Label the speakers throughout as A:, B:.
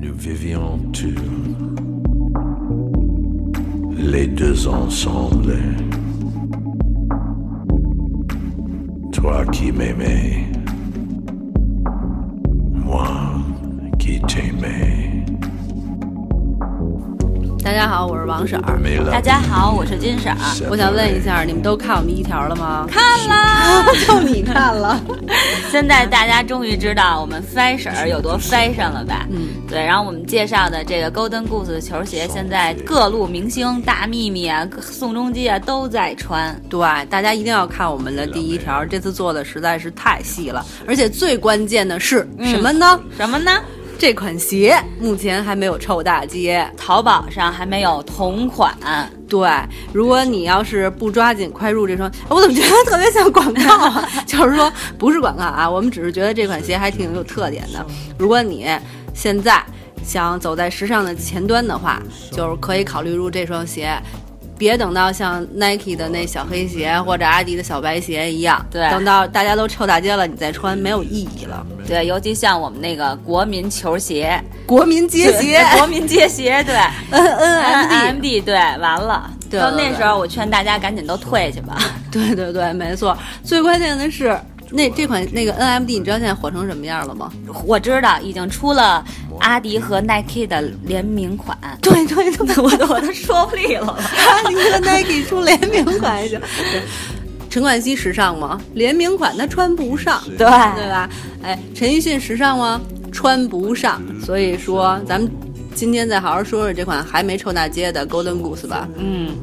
A: Nous vivions tous les deux ensemble. Toi qui m'aimais, moi qui t'aimais.
B: 大家好，我是王婶儿。
A: Mais la
C: 大家好，我是金婶儿。
A: vie
B: 我想问一
A: séparée.
B: 下，你们都看我们一条了吗？
C: 看啦！
D: 就你看了，
C: 现在大家终于知道我们 fashion 有多 fashion 了吧？
B: 嗯，
C: 对，然后我们介绍的这个 Golden Goose 的球鞋，现在各路明星大幂幂啊、宋仲基啊都在穿。
B: 对，大家一定要看我们的第一条，这次做的实在是太细了，而且最关键的是什么呢？
C: 什么呢？
B: 这款鞋目前还没有臭大街。
C: 淘宝上还没有同款，
B: 对，如果你要是不抓紧快入这 双，哎我怎么觉得特别像广告 啊？就是说不是广告啊，我们只是觉得这款鞋还挺有特点的。如果你现在想走在时尚的前端的话，就是可以考虑入这双鞋。别等到像 Nike 的那小黑鞋或者阿迪的小白鞋一样，
C: 对
B: 等到大家都臭大街了，你再穿没有意义了。
C: 对，尤其像我们那个国民球鞋，
B: 国民街鞋
C: 国民街 鞋，对
B: ，N N M
C: ，M
B: D，
C: D，对，完了，
B: 对
C: 到
B: 对
C: 那
B: 对
C: 时候我劝大家赶紧都退去吧。
B: 对对对，没错。最关键的是，那这款那个 N M D，你知道现在火成什么样了吗？
C: 我知道已经出了阿迪和 Nike 的联名款，
B: 对对对，我
C: 我都说不利落了。
B: 你和 Nike 出联名款就。对陈冠希时尚吗？联名款他穿不上，
C: 对
B: 对吧？哎，陈奕迅时尚吗？穿不上。
C: 嗯
B: 所以说，咱们今天再好好说说这款还没臭大街的 Golden Goose 吧。
C: 嗯，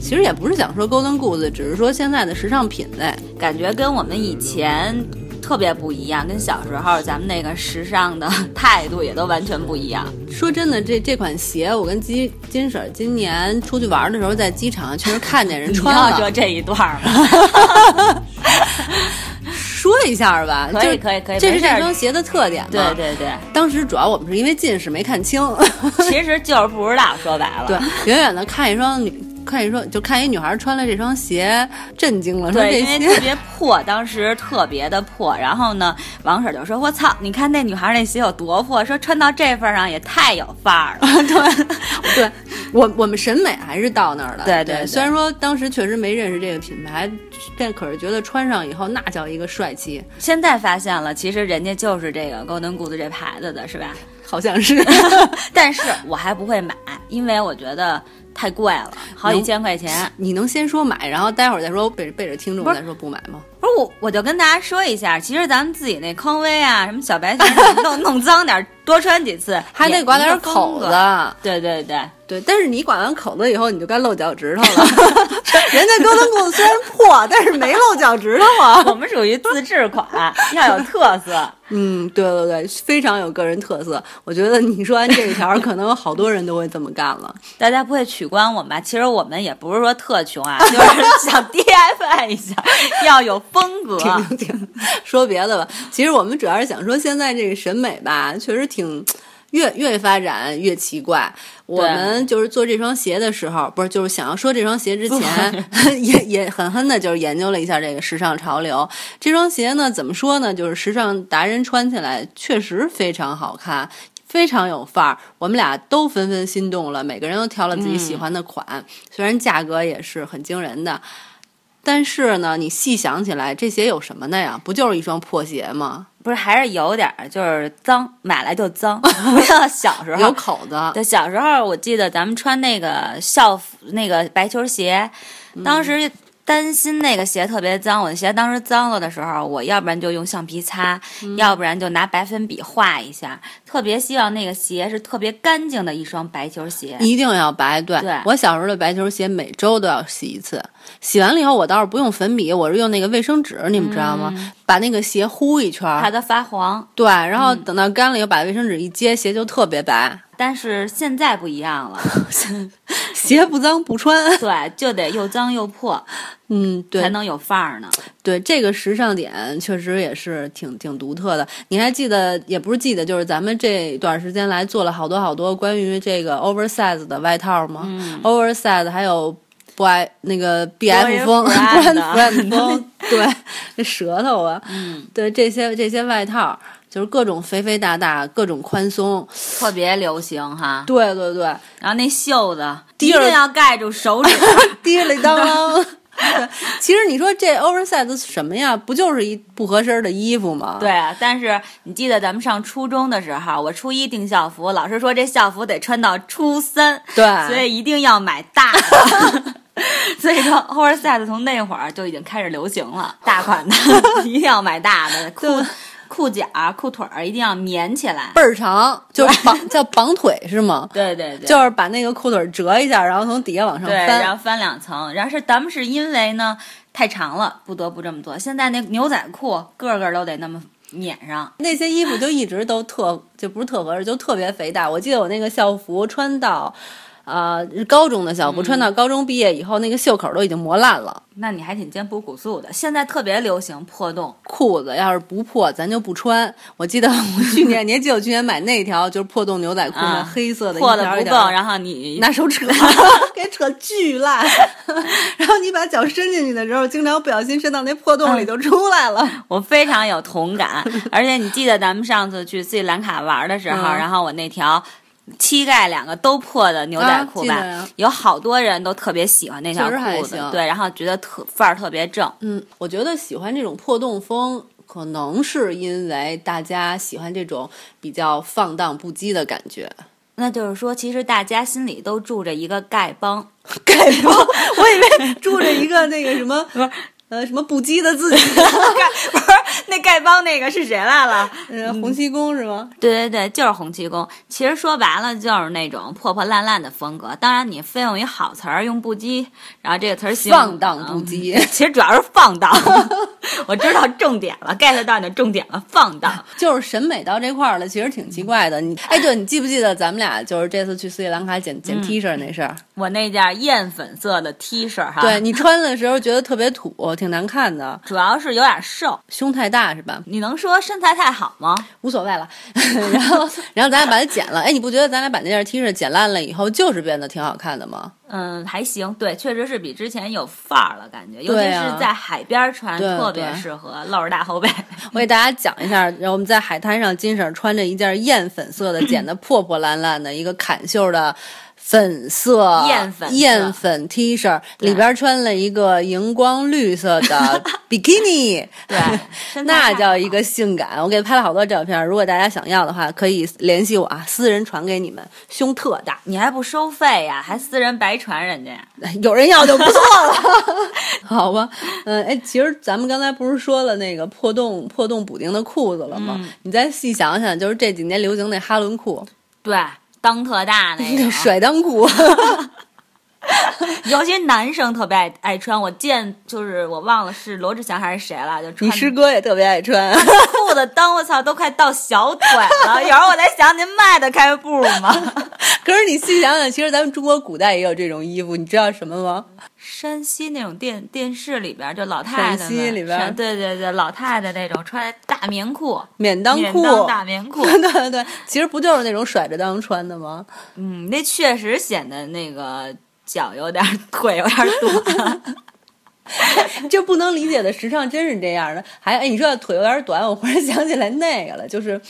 B: 其实也不是想说 Golden Goose，只是说现在的时尚品类。
C: 感觉跟我们以前特别不一样，跟小时候咱们那个时尚的 态度也都完全不一样。
B: 说真的，这这款鞋，我跟金金婶儿今年出去玩的时候，在机场确实看见人
C: 你
B: 穿
C: 要说
B: 了。
C: 这一段儿 吗？
B: 说一下吧，
C: 可以
B: 就是
C: 可以可以
B: 这是
C: 没事
B: 这
C: 儿
B: 双鞋的特点嘛。
C: 对对 对，
B: 当时主要我们是因为近视没看 清，
C: 其实就是不知道，说白了。
B: 对，远远的看一双女，看一双就看一女孩穿了这双鞋，震惊了，说
C: 对，
B: 这
C: 因为特
B: 鞋
C: 别破，当时特别的破。然后呢，王婶就说：“我操，你看那女孩那鞋有多破，说穿到这份儿上也太有范儿了。
B: 对我我们审美还是到那儿了。
C: 对
B: 对
C: 对对
B: 虽然说当时确实没认识这个品牌，但可是觉得穿上以后那叫一个帅气，”
C: 现在发现了，其实人家就是这个 Golden Goose 这牌子的，是吧？
B: 好像是。
C: 但是我还不会买，因为我觉得太贵了，好几千块钱。
B: 你能先说买，然后待会儿再说背背着听众
C: 不是
B: 再说不买吗？
C: 不是我，我就跟大家说一下，其实咱们自己那匡威啊，什么小白鞋弄弄脏点儿，多穿几次，
B: 还
C: 也
B: 得刮
C: 一个
B: 点口
C: 风
B: 子
C: 格。，对对对，
B: 对，但是你刮完口子以后，你就该露脚趾头了。 人家高登裤虽然破，但是没露脚趾头啊。
C: 我们属于自制 款，要有特色。
B: 嗯，对对对，非常有个人特色。我觉得你说完这一条，可能有好多人都会这么干了。
C: 大家不会取关我们吧？其实我们也不是说特穷啊，就是想 DIY 一下，要有风格。
B: 停停，说别的吧。其实我们主要是想说，现在这个审美吧，确实挺越越发展越奇怪。我们就是做这双鞋的时候，不是就是想要说这双鞋之前， 也也狠狠的就是研究了一下这个时尚潮流。这双鞋呢，怎么说呢？就是时尚达人穿起来确实非常好看。非常有范儿，我们俩都纷纷心动了，每个人都挑了自己喜欢的款，虽然价格也是很惊人的，但是呢，你细想起来，这鞋有什么的呀？不就是一双破鞋吗？
C: 不是，还是有点儿就是脏，买来就 脏。小时
B: 有
C: 候，
B: 口子，
C: 对，小时候我记得咱们穿那个校服，那个白球鞋，
B: 嗯
C: 当时。担心那个鞋特别脏，我的鞋当时脏了的时候，我要不然就用橡皮擦，
B: 嗯
C: 要不然就拿白粉笔画一下。特别希望那个鞋是特别干净的一双白球鞋。
B: 一定要白。对，
C: 对
B: 我小时候的白球鞋每周都要洗一次，洗完了以后我倒是不用粉笔，我是用那个卫生纸，你们知道吗？把那个鞋糊一圈儿，
C: 嗯怕它嗯发黄，
B: 对，然后等到干了以后把卫生纸一接，鞋就特别白。
C: 但是现在不一样 了，
B: 鞋不脏不穿，
C: 对，就得又脏又破
B: 嗯，对
C: 才，能有范儿呢。
B: 对这个时尚点确实也是挺挺独特的。你还记得，也不是记得，就是咱们这段时间来做了好多好多关于这个 oversize 的外套吗、o v e r s i z e 还有 b y 那个 BF 风、b r a
C: Brand
B: n d 风，对，那舌头啊，对这些这些外套。就是各种肥肥大大，各种宽松。
C: 特别流行哈。
B: 对对对，
C: 然后那袖子
B: 提
C: 一
B: 着
C: 定要盖住手 指，
B: 滴里当啷。 对，其实你说这 oversize 是什么呀？不就是一不合身的衣服吗？
C: 对，啊但是你记得咱们上初中的时候，我初一订校服，老师说这校服得穿到初三，
B: 对
C: 所以一定要买大的。 所以说，oversize 从那会儿就已经开始流行了，大款的 一定要买大 的，裤裤脚、裤腿儿一定要棉起来。
B: 倍儿长，就是绑叫绑腿是吗？
C: 对对 对，
B: 就是把那个裤腿折一下，然后从底下往上
C: 对，然
B: 翻。
C: 后翻两层。然后是咱们是因为呢太长了，不得不这么做。现在那牛仔裤个个都得那么捻上，
B: 那些衣服就一直都特，就不是特合适，就特别肥大。我记得我那个校服穿到，呃，高中的
C: 嗯
B: 校服、穿到高中毕业以后，那个袖口都已经磨烂了。
C: 那你还挺艰苦朴素的。现在特别流行破洞，
B: 裤子要是不破，咱就不穿。我记得我去 年，你还记得我去年买那条就是破洞牛仔裤吗？
C: 啊
B: 黑色的，
C: 破
B: 一
C: 的
B: 条
C: 不
B: 一
C: 够
B: 条，
C: 然后 你
B: 拿手扯， 给扯巨烂。 然后你把脚伸进去的时候，经常不小心伸到那破洞里就出来了。
C: 我非常有同 感。而且你记得咱们上次去斯里兰卡玩的时候，
B: 嗯
C: 然后我那条。膝盖两个都破的牛仔裤
B: 啊
C: 吧，
B: 记得呀
C: 有好多人都特别喜欢那条
B: 确实还
C: 裤子
B: 行，
C: 对，然后觉得特范儿特别正，
B: 嗯，我觉得喜欢这种破洞风，可能是因为大家喜欢这种比较放荡不羁的感觉。
C: 那就是说，其实大家心里都住着一个丐帮，
B: 丐帮，我以为 住着一个那个什 么，呃，什么不羁的 自己，
C: 丐不是那丐帮那个是谁来了？
B: 呃，洪七公是吗？
C: 对对对，就是洪七公。其实说白了就是那种破破烂烂的风格。当然，你非用一好词儿，用不羁，然后这个词儿形容
B: 放荡不羁
C: 嗯 其实主要是放荡。 我知道重点了，get 到你的重点了，放荡。
B: 就是审美到这块儿了，其实挺奇怪的。你哎，对你记不记得咱们俩就是这次去斯里兰卡捡捡 T 恤那事儿？
C: 我那件艳粉色的 T 恤哈，
B: 对，你穿的时候觉得特别土，挺难看的，
C: 主要是有点瘦。
B: 胸太大是吧？
C: 你能说身材太好吗？
B: 无所谓了。 然后，然后咱俩把它剪了。哎，你不觉得咱俩把那件 T 恤剪烂了以后，就是变得挺好看的吗？
C: 嗯，还行，对，确实是比之前有范儿了，感觉，尤其
B: 对啊
C: 是在海边儿穿，
B: 对
C: 特别
B: 对
C: 适合露着 大后背。
B: 我给大家讲一下，然后我们在海滩上，金婶穿着一件艳粉色的， 剪得破破烂烂的一个砍袖的。粉色
C: 艳粉色
B: 艳粉 T 恤
C: 对
B: 里边穿了一个荧光绿色 的比基尼，
C: 对，身材
B: 那
C: 太
B: 叫
C: 好
B: 一个性感！我给拍了好多照片，如果大家想要的话，可以联系我啊，私人传给你们，胸特大，
C: 你还不收费呀？还私人白传人家呀？
B: 有人要就不错了， 好吧？嗯，哎，其实咱们刚才不是说了那个破洞破洞补丁的裤子了吗？
C: 嗯
B: 你再细想想，就是这几年流行那哈伦裤、
C: 对，裆特大那
B: 那
C: 个，
B: 甩裆 裤，
C: 尤其男生特别爱爱穿。我见就是我忘了是罗志祥还是谁了，就
B: 你
C: 穿
B: 师哥也特别爱 穿。
C: 裤子裆，我操，都快到小腿了。有时候我在想，您迈得开步吗？
B: 可是你细想想，其实咱们中国古代也有这种衣服，你知道什么吗？
C: 山西那种电电视里边儿，就老太太
B: 陕
C: 们
B: 西里边儿
C: 陕对对对，老太太那种穿大棉裤、
B: 免裆
C: 免
B: 裤。
C: 裆大棉裤，
B: 对对对，其实不就是那种甩着裆穿的吗？
C: 嗯，那确实显得那个脚有点儿腿有点儿短。
B: 这不能理解的时尚真是这样的。还哎，你说腿有点短，我忽然想起来那个了，就是。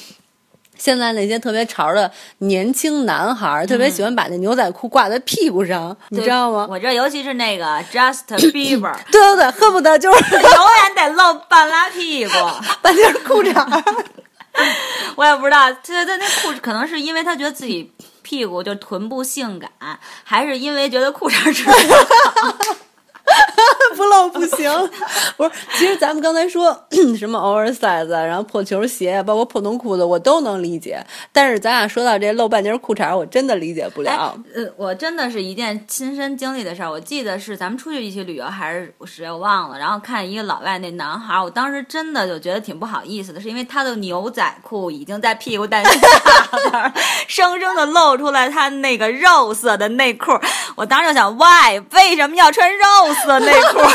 B: 现在那些特别潮的年轻男孩儿，特别喜欢把那牛仔裤挂在屁股上，你
C: 嗯对
B: 知道吗？
C: 我这尤其是那个 Justin Bieber，
B: 对对对，恨不得就是
C: 永远得露半拉屁股。
B: 把那个裤衩儿，
C: 我也不知道，他他那裤可能是因为他觉得自己屁股就臀部性感，还是因为觉得裤衩儿吃不了
B: 不露不 行。不是，其实咱们刚才说 什么 oversize，啊然后破球鞋，包括破洞裤子，我都能理解。但是咱俩说到这露半截裤衩儿，我真的理解不了。
C: 哎呃，我真的是一件亲身经历的事儿。我记得是咱们出去一起旅游还是谁我忘了，然后看一个老外那男孩儿，我当时真的就觉得挺不好意思的，是因为他的牛仔裤已经在屁股蛋下边儿 生生的露出来他那个肉色的内裤儿，我当时就想，why 为什么要穿肉色内裤儿？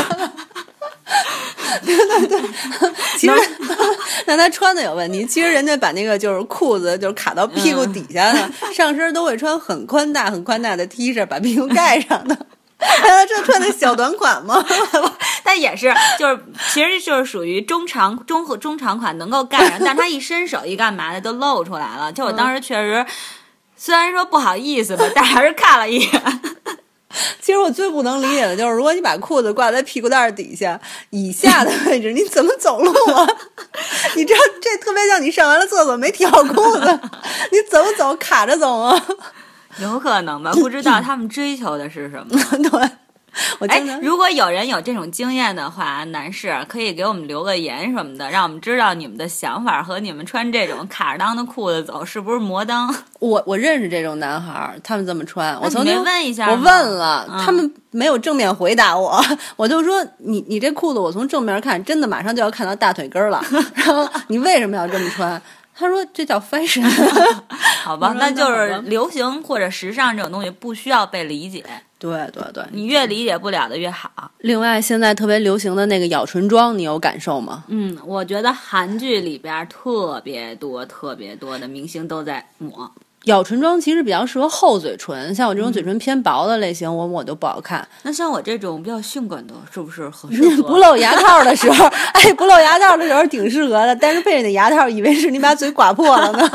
B: 其实， 那他穿的有问题。其实人家把那个就是裤子就是卡到屁股底下的，上身都会穿很宽大、 很宽大的 T 恤，把屁股盖上的。哎呀这穿的小短款吗？
C: 他它也是，就是其实就是属于中长中和中长款能够盖上，但它一伸手一干嘛的都露出来了。就我当时确实，虽然说不好意思吧，但还是看了一眼。
B: 其实我最不能理解的就是，如果你把裤子挂在屁股蛋儿底下以下的位置，你怎么走路啊？ 你知道这特别像你上完了厕所没提好裤子， 你怎么走卡着走啊？
C: 有可能吧，不知道他们追求的是什么。
B: 对，我
C: 哎
B: 经常，
C: 如果有人有这种经验的话，男士可以给我们留个言什么的，让我们知道你们的想法和你们穿这种卡着裆的裤子走是不是摩裆。
B: 我我认识这种男孩儿，他们这么穿。我曾
C: 你没
B: 经
C: 问一下
B: 我
C: 吗
B: 问了，
C: 嗯
B: 他们没有正面回答我，我就说你你这裤子我从正面看，真的马上就要看到大腿根 儿了。然后你为什么要这么穿？他说这叫 fashion。
C: 好吧
B: 我，说
C: 那就
B: 那
C: 是
B: 好吧
C: 流行或者时尚这种东西不需要被理解，
B: 对对对。
C: 你越理解不了的越好。
B: 另外，现在特别流行的那个咬唇妆，你有感受吗？
C: 嗯，我觉得韩剧里边特别多、特别多的明星都在抹。
B: 咬唇妆其实比较适合厚嘴唇，像我这种嘴
C: 嗯
B: 唇偏薄的类型，我抹就不好看。
C: 那像我这种比较性感的，是不是合 适多
B: 不露牙套的时候， 哎，不露牙套的时候挺适合的，但是配着那牙套，以为是你把嘴刮破了呢。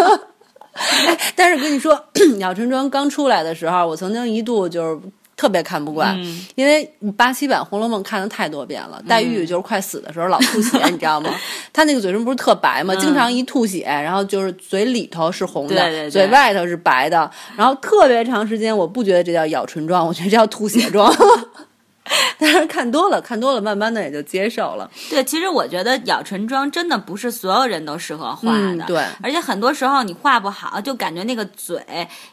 B: 哎，但是跟你说， 咬唇妆刚出来的时候，我曾经一度就是特别看不惯，
C: 嗯
B: 因为八七版《红楼梦》看的太多遍了，黛玉就是快死的时候老吐血，你知道 吗？她那个嘴唇不是特白吗？经常一吐血，然后就是嘴里头是红的，
C: 嗯对对对
B: 嘴外头是白的，然后特别长时间，我不觉得这叫咬唇妆，我觉得这叫吐血 妆。但是看多了，看多了，慢慢的也就接受了。
C: 对，其实我觉得咬唇妆真的不是所有人都适合画的，
B: 嗯对
C: 而且很多时候你画不好，就感觉那个嘴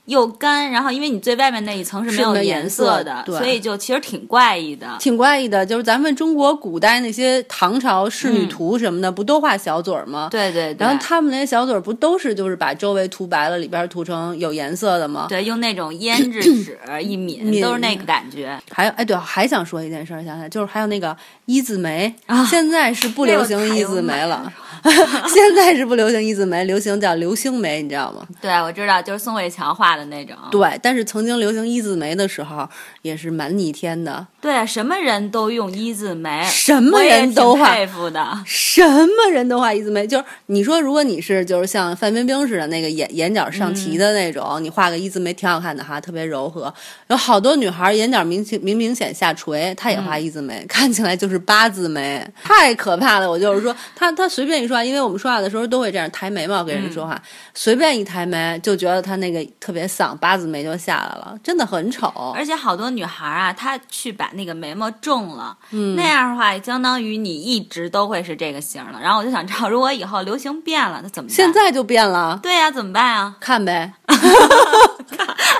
C: 又干，然后因为你最外面那一层是没
B: 是
C: 有
B: 没有
C: 颜
B: 颜色
C: 的，
B: 对
C: 所以就其实挺怪异的。
B: 挺怪异的，就是咱们中国古代那些唐朝仕
C: 嗯
B: 女图什么的，不都画小嘴儿吗？。
C: 对对对，
B: 然后他们那些小嘴儿不都是就是把周围涂白了，里边涂成有颜色的吗？。
C: 对用那种胭脂纸 一抿，
B: 抿
C: 都是那个感觉。
B: 还有，哎，对，还想说一件事儿，想想就是还有那个一字眉，
C: 啊
B: 现在是不流行一字眉了， 现在是不流行一字眉，流行叫流星眉，你知道吗？
C: 对，我知道，就是宋慧乔画的那种。
B: 对，但是曾经流行一字眉的时候，也是蛮逆天的，
C: 对，啊什么人都用一字眉，
B: 什么人都啊
C: 我也
B: 画
C: 挺佩服的。
B: 什么人都画一字眉，就是你说，如果你是就是像范冰冰似的那个眼眼角上提的那种，你画个一字眉挺好看的哈，特别柔和。有好多女孩眼角明显明明显下垂，她也画一字眉， 看起来就是八字眉，太可怕了。我就是说，她她随便一说话，因为我们说话的时候都会这样抬眉毛跟人说话，随便一抬眉就觉得她那个特别丧，八字眉就下来了，真的很丑。
C: 而且好多女孩啊，她去把那个眉毛种了，
B: 嗯
C: 那样的话，相当于你一直都会是这个型儿了。然后我就想知道，如果以后流行变了，那怎么办？
B: 现在就变了，
C: 对呀、怎么办啊？
B: 看呗。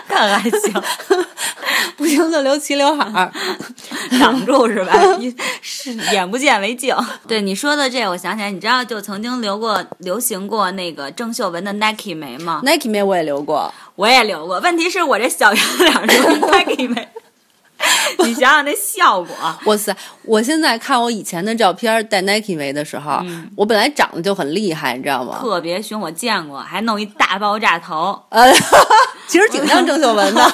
C: 看还行，
B: 不行就留齐刘海儿，
C: 挡住是吧？一是眼不见为净。对你说的这，我想起来，你知道就曾经留过流行过那个郑秀文的 Nike 眉吗？
B: Nike 眉我也留过，
C: 我也留过，问题是我这小圆脸儿是 Nike 眉， 你想想那效果。
B: 哇塞！我现在看我以前的照片，戴 Nike 围的时候，我本来长得就很厉害，你知道吗？
C: 特别凶，我见过，还弄一大爆炸头，
B: 呃，其实挺像郑秀文 的，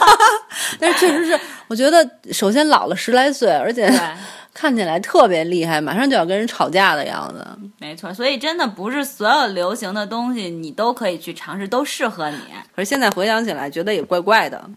B: 但是确实是，我觉得首先老了十来岁，而且
C: 对，
B: 看起来特别厉害，马上就要跟人吵架的样子。
C: 没错，所以真的不是所有流行的东西你都可以去尝试，都适合你。
B: 可是现在回想起来，觉得也怪怪的。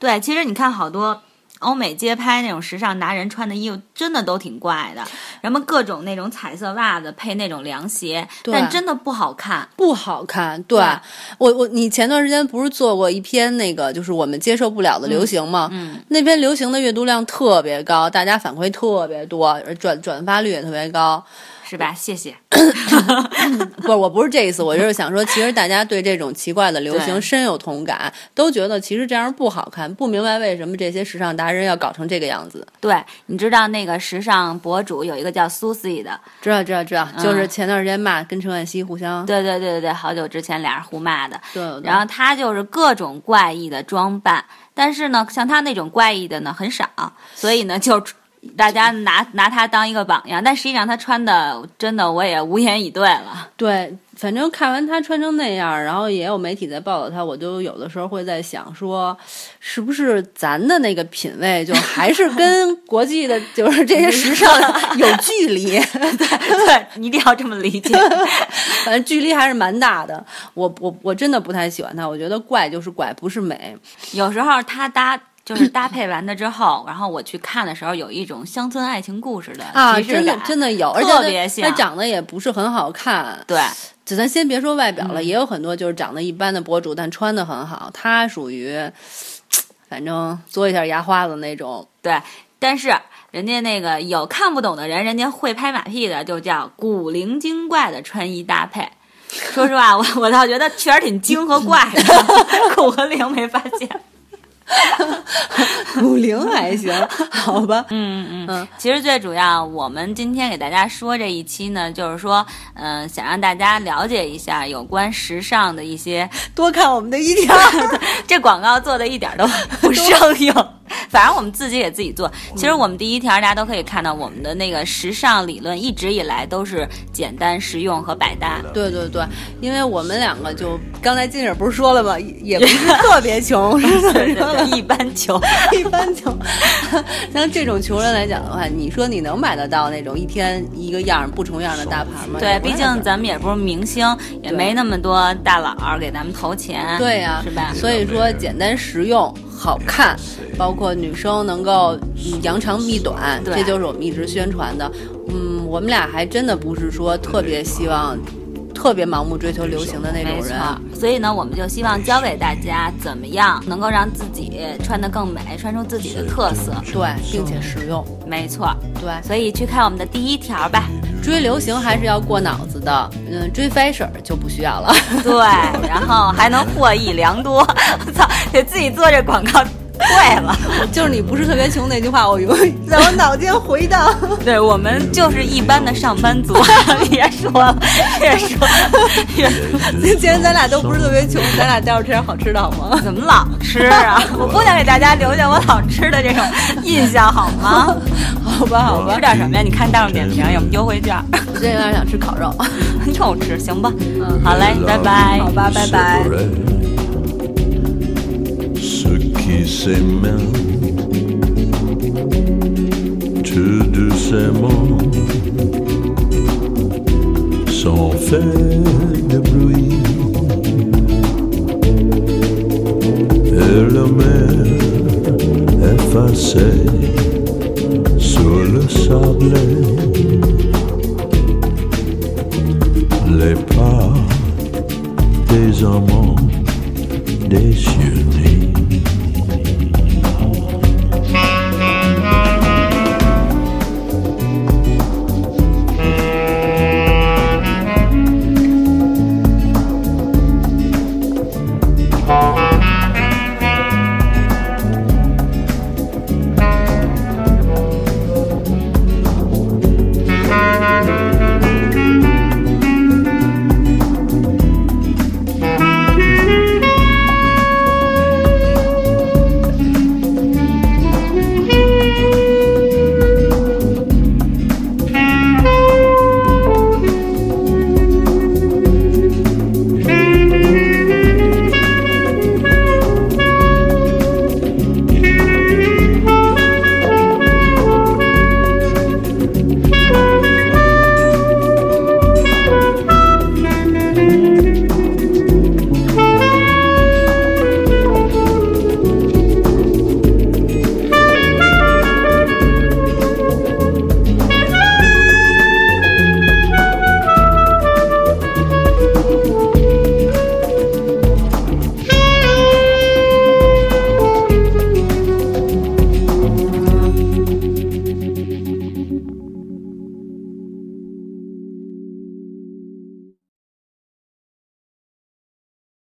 C: 对，其实你看好多欧美街拍那种时尚达人穿的衣服，真的都挺怪的，什么各种那种彩色袜子配那种凉鞋，
B: 对
C: 但真的不好看。
B: 不好看，对
C: 对
B: 我我你前段时间不是做过一篇那个就是我们接受不了的流行吗？
C: 嗯嗯
B: 那篇流行的阅读量特别高，大家反馈特别多，而转转发率也特别高。
C: 是吧？谢谢。
B: 不是，我不是这意思，我就是想说，其实大家对这种奇怪的流行
C: 对
B: 深有同感，都觉得其实这样不好看，不明白为什么这些时尚达人要搞成这个样子。
C: 对，你知道那个时尚博主有一个叫 Susie 的，
B: 知道，知道，知道，就是
C: 嗯
B: 前段时间骂跟陈冠希互相
C: 对对对对对，好久之前俩人互骂的，
B: 对对
C: 然后他就是各种 怪异的装扮，但是呢，像他那种怪异的呢很少，所以呢就大家拿拿他当一个榜样，但实际上他穿的真的我也无言以对了。
B: 对，反正看完他穿成那样，然后也有媒体在报道他，我就有的时候会在想说，是不是咱的那个品味就还是跟国际的，就是这些时尚 有距离？
C: 对，你一定要这么理解。
B: 反正距离还是蛮大的。我我我真的不太喜欢他，我觉得怪就是怪，不是美。
C: 有时候他搭就是搭配完了之后，然后我去看的时候，有一种乡村爱情故事的
B: 啊，
C: 即视
B: 真的
C: 感
B: 真的有，而
C: 特别
B: 且他
C: 像
B: 他长得也不是很好看。
C: 对
B: 只咱先别说外表
C: 嗯
B: 了，也有很多就是长得一般的博主，但穿的很好。他属于，反正嘬一下牙花子那种。
C: 对，但是人家那个有看不懂的人，人家会拍马屁的，就叫古灵精怪的穿衣搭配。说实话，我我倒觉得确实挺精和怪的， 古和灵没发现。
B: 古灵还行，好吧？嗯，
C: 其实最主要，我们今天给大家说这一期呢，就是说，嗯、想让大家了解一下有关时尚的一些。
B: 多看我们的一条。
C: 这广告做的一 点儿都不生硬，反正我们自己给自己做。其实我们第一条大家都可以看到，我们的那个时尚理论一直以来都是简单实用和百搭。
B: 对对对，因为我们两个就刚才金姐不是说了吗？也也不是特别穷，是怎么
C: 对
B: 说
C: 对
B: 的？
C: 对，一般穷。
B: 一般穷。像这种穷人来讲的话，你说你能买得到那种一天一个样儿不重样的大牌吗？
C: 对，毕竟
B: 咱。
C: 咱们也不是明星，也没那么多大佬儿给咱们投钱。
B: 对呀、
C: 是吧？
B: 所以说简单实用、好看，包括女生能够嗯扬长避短，
C: 对
B: 这就是我们一直宣传的。嗯，我们俩还真的不是说特别希望、特别盲目追求流行的那
C: 没
B: 种
C: 错
B: 人。，
C: 所以呢，我们就希望教给大家怎么样能够让自己穿得更美，穿出自己的特色。
B: 对，并且实用。
C: 没错，
B: 对，
C: 所以去看我们的第一条吧。
B: 追流行还是要过脑子的。嗯，追 fashion 就不需要了。
C: 对，然后还能获益良多。 我操，给自己做这广告贵了。
B: 就是你不是特别穷那句话，我永远 在我脑间回荡。
C: 对我们就是一般的上班族， 别说了，别说了，别说 了
B: 既然咱俩都不是特别穷，咱俩待会儿吃点好吃的好吗？
C: 怎么老 吃啊？我不想给大家留下我老吃的这种印象，好 吗？
B: 好吧，好吧
C: 吃。点什么呀？你看大众点评有没有优惠 券？
B: 我最近有点想吃烤肉。
C: 又吃，行吧？嗯好嘞，
A: 嗯
C: 拜拜。
B: 好吧，拜
A: C'est
B: 拜。
A: vrai. Ceux qui s'aiment tout doucement, sans faire de bruit. Et la mer effacée sur le sable, les pas des amants déchionnés.